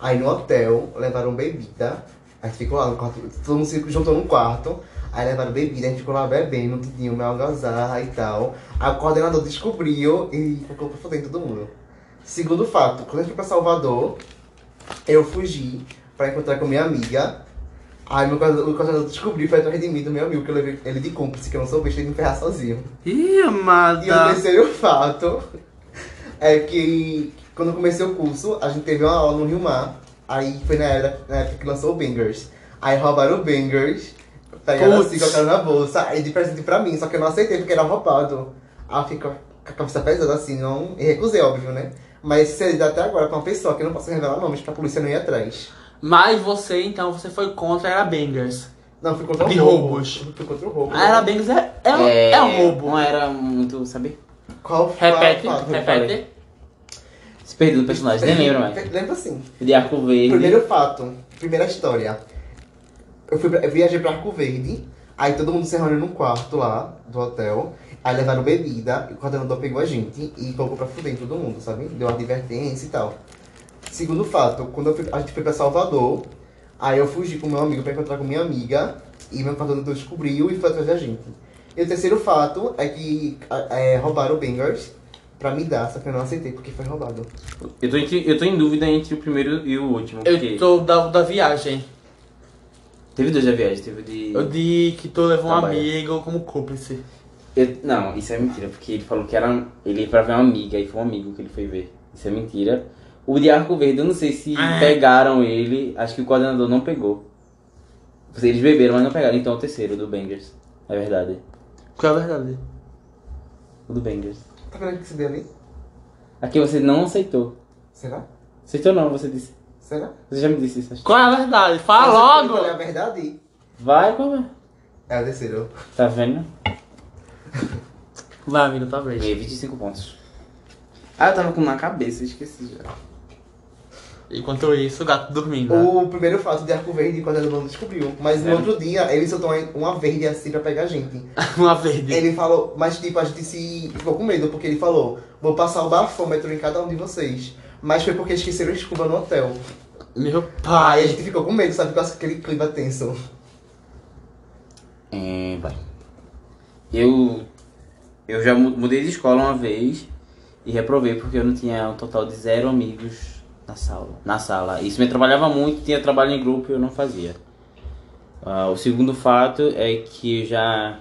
[SPEAKER 3] Aí no hotel, levaram bebida. A gente ficou lá no quarto. Todo mundo se juntou num quarto. Aí levaram bebida, a gente ficou lá bebendo, tudinho, uma algazarra e tal. Aí o coordenador descobriu e colocou pra foder em todo mundo. Segundo fato, quando a gente foi pra Salvador, eu fugi pra encontrar com minha amiga. Aí meu coordenador, o coordenador descobriu e foi atrás de mim, do meu amigo, que eu levei ele de cúmplice, que eu não sou besta de me ferrar sozinho.
[SPEAKER 1] Ih,
[SPEAKER 3] E o
[SPEAKER 1] amada.
[SPEAKER 3] terceiro *laughs* fato é que quando eu comecei o curso, a gente teve uma aula no Rio Mar. Aí foi na era- na época, que lançou o Bangers. Aí roubaram o Bangers, pegaram assim,
[SPEAKER 1] Putz.
[SPEAKER 3] colocaram na bolsa, aí de presente pra mim, só que eu não aceitei porque era roubado. Aí eu fico com a cabeça pesada assim, não. E recusei, óbvio, né? Mas se até agora pra uma pessoa que eu não posso revelar nomes pra polícia não ir atrás.
[SPEAKER 1] Mas você, então, você foi contra a Era Bangers.
[SPEAKER 3] Não, fui contra o
[SPEAKER 1] De
[SPEAKER 3] roubo.
[SPEAKER 1] roubos.
[SPEAKER 3] Fui contra o roubo.
[SPEAKER 1] A
[SPEAKER 2] Ah,
[SPEAKER 1] Era Bangers é, é,
[SPEAKER 2] um,
[SPEAKER 1] é, roubo.
[SPEAKER 2] Não era muito, sabe?
[SPEAKER 3] Qual foi o
[SPEAKER 1] Repete,
[SPEAKER 3] fato?
[SPEAKER 1] repete.
[SPEAKER 2] Se perdeu do personagem, nem lembro mais.
[SPEAKER 3] Lembra assim.
[SPEAKER 2] De arco verde.
[SPEAKER 3] Primeiro fato, primeira história. Eu, fui pra- eu viajei pra Arco Verde, aí todo mundo se reuniu num quarto lá do hotel. Aí levaram bebida, e o coordenador pegou a gente e colocou pra fuder em todo mundo, sabe? Deu uma advertência e tal. Segundo fato, quando eu fui- a gente foi pra Salvador, aí eu fugi com meu amigo pra encontrar com minha amiga, e meu coordenador descobriu e foi atrás da gente. E o terceiro fato é que a- é, roubaram o Bangers pra me dar, só que eu não aceitei porque foi roubado.
[SPEAKER 2] Eu tô, entre- eu tô em dúvida entre o primeiro e o último. porque
[SPEAKER 1] Eu tô da, da viagem.
[SPEAKER 2] Teve dois da viagem, teve de.
[SPEAKER 1] Eu de que tu levou um
[SPEAKER 2] Trabalho.
[SPEAKER 1] amigo como cúmplice.
[SPEAKER 2] Eu- não, isso é mentira, porque ele falou que era. um- Ele ia pra ver uma amiga e foi um amigo que ele foi ver. Isso é mentira. O de Arco Verde, eu não sei se pegaram ele, acho que o coordenador não pegou. Eles beberam, mas não pegaram. Então é o terceiro, do Bangers. É verdade.
[SPEAKER 1] Qual é a verdade?
[SPEAKER 2] O do Bangers.
[SPEAKER 3] Tá vendo o que se deu ali?
[SPEAKER 2] Aqui você não aceitou.
[SPEAKER 3] Será?
[SPEAKER 2] Aceitou não, você disse.
[SPEAKER 3] Será?
[SPEAKER 2] Você já me disse isso. acho.
[SPEAKER 1] Qual é a verdade?
[SPEAKER 3] Mas
[SPEAKER 1] Fala
[SPEAKER 3] eu falei a
[SPEAKER 1] logo!
[SPEAKER 3] verdade?
[SPEAKER 2] Vai, como
[SPEAKER 3] É o terceiro.
[SPEAKER 2] Tá vendo?
[SPEAKER 1] Vai, amigo, talvez.
[SPEAKER 2] Ganhei 25 pontos. Ah, eu tava com um na cabeça, eu esqueci já.
[SPEAKER 1] Enquanto isso, o gato dormindo.
[SPEAKER 3] O primeiro fato de arco verde quando ele não descobriu. Mas no
[SPEAKER 2] É.
[SPEAKER 3] outro dia ele soltou uma- uma verde assim pra pegar a gente.
[SPEAKER 1] *laughs* Uma verde.
[SPEAKER 3] Ele falou, mas tipo, a gente se ficou com medo, porque ele falou, vou passar o bafômetro em cada um de vocês. Mas foi porque esqueceram a escova no hotel.
[SPEAKER 1] Meu
[SPEAKER 3] Aí a
[SPEAKER 1] pai.
[SPEAKER 3] gente ficou com medo, sabe? Com aquele clima
[SPEAKER 1] *laughs*
[SPEAKER 3] tenso.
[SPEAKER 2] É, vai. Eu, eu já mu- mudei de escola uma vez e reprovei porque eu não tinha um total de zero amigos na sala. Na sala. Isso me trabalhava muito, tinha trabalho em grupo e eu não fazia. Ah, o segundo fato é que eu já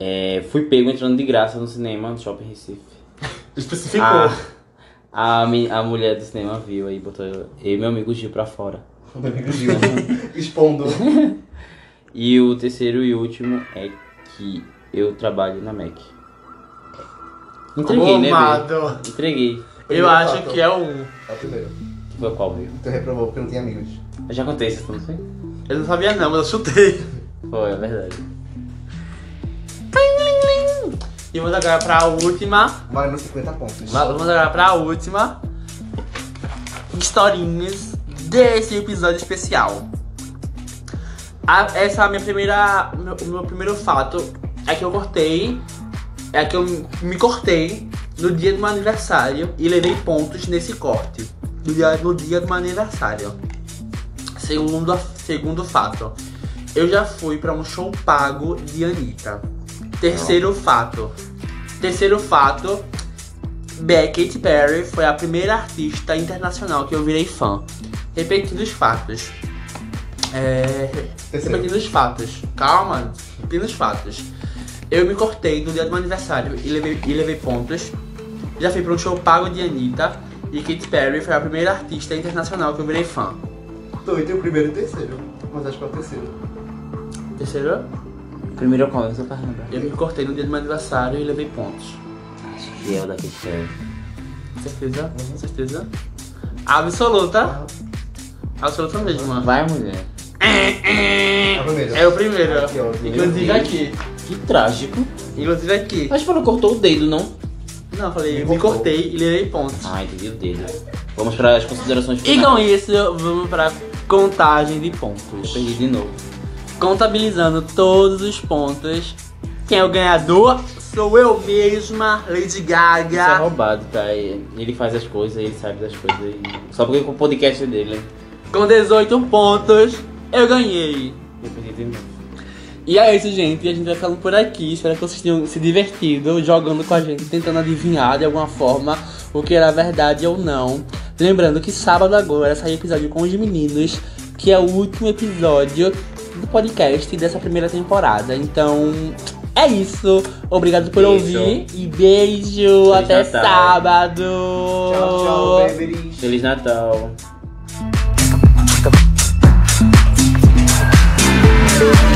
[SPEAKER 2] é, fui pego entrando de graça no cinema, no Shopping Recife.
[SPEAKER 1] Especificou.
[SPEAKER 2] A, a, mi- a mulher do cinema viu aí, botou eu e meu amigo Gil pra fora.
[SPEAKER 3] Rodrigo Gil. Expondo.
[SPEAKER 2] E o terceiro e último é que eu trabalho na Mac. Entreguei, né, velho?
[SPEAKER 1] Amado.
[SPEAKER 2] Entreguei.
[SPEAKER 1] Tá Eu
[SPEAKER 3] Primeiro
[SPEAKER 1] acho
[SPEAKER 3] fato.
[SPEAKER 1] que é um.
[SPEAKER 3] É o primeiro.
[SPEAKER 2] Que Foi qual, viu?
[SPEAKER 3] Tu reprovou porque não tinha amigos.
[SPEAKER 2] Eu já contei isso, não sei?
[SPEAKER 1] Eu não sabia não, mas eu chutei.
[SPEAKER 2] Foi, é verdade.
[SPEAKER 1] E vamos agora pra última.
[SPEAKER 3] Valendo 50 pontos.
[SPEAKER 1] Va- Vamos agora pra última. Historinhas desse episódio especial. A- essa é a minha primeira. meu- O meu primeiro fato é que eu cortei. É que eu me cortei no dia do meu aniversário e levei pontos nesse corte. No dia, no dia do meu aniversário. Segundo, segundo fato, eu já fui pra um show pago de Anitta. Terceiro fato. Terceiro fato, Be- Katy Perry foi a primeira artista internacional que eu virei fã. Repetindo os fatos. É,
[SPEAKER 3] Terceiro.
[SPEAKER 1] repetindo os fatos. Calma, repetindo os fatos. Eu me cortei no dia do meu aniversário e levei, e levei pontos. Já fui pra um show pago de Anitta. E Katy Perry foi a primeira artista internacional que eu virei fã.
[SPEAKER 3] Tu entre o primeiro e o terceiro. Mas acho que é o terceiro.
[SPEAKER 1] Terceiro,
[SPEAKER 2] Primeiro qual? Eu sou Fernanda.
[SPEAKER 1] eu me cortei no dia do meu aniversário e levei pontos.
[SPEAKER 2] Acho que é o da Kate Perry.
[SPEAKER 1] Certeza? Certeza? Absoluta. Absoluta mesmo. mano.
[SPEAKER 2] Vai, mulher.
[SPEAKER 3] É o primeiro.
[SPEAKER 1] É o primeiro.
[SPEAKER 3] Ai, que ódio.
[SPEAKER 1] Inclusive
[SPEAKER 2] Meu
[SPEAKER 1] aqui.
[SPEAKER 2] Que trágico.
[SPEAKER 1] Inclusive aqui.
[SPEAKER 2] Mas falou cortou o dedo, não?
[SPEAKER 1] Não, eu falei,
[SPEAKER 3] Me
[SPEAKER 1] me
[SPEAKER 3] cortou.
[SPEAKER 1] cortei e levei pontos.
[SPEAKER 2] Ah, entendi o dedo. Vamos para as considerações
[SPEAKER 1] E
[SPEAKER 2] finais.
[SPEAKER 1] com isso, vamos pra contagem de pontos.
[SPEAKER 2] Perdi de novo.
[SPEAKER 1] Contabilizando todos os pontos. Quem é o ganhador? Sou eu mesma, Lady
[SPEAKER 2] Isso é
[SPEAKER 1] Gaga.
[SPEAKER 2] roubado, tá? Ele faz as coisas, ele sabe das coisas. e- Só porque o podcast é dele, né?
[SPEAKER 1] Com 18 pontos, eu ganhei.
[SPEAKER 2] Eu perdi de novo.
[SPEAKER 1] E é isso, gente. A gente vai ficando por aqui. Espero que vocês tenham se divertido jogando com a gente, tentando adivinhar de alguma forma o que era verdade ou não. Lembrando que sábado agora sai episódio com os meninos, que é o último episódio do podcast dessa primeira temporada. Então, é isso. Obrigado por
[SPEAKER 2] Isso.
[SPEAKER 1] ouvir e beijo.
[SPEAKER 2] Feliz
[SPEAKER 1] Até
[SPEAKER 2] Natal.
[SPEAKER 1] sábado.
[SPEAKER 3] Tchau, tchau, babies.
[SPEAKER 2] Feliz Natal.
[SPEAKER 6] Thank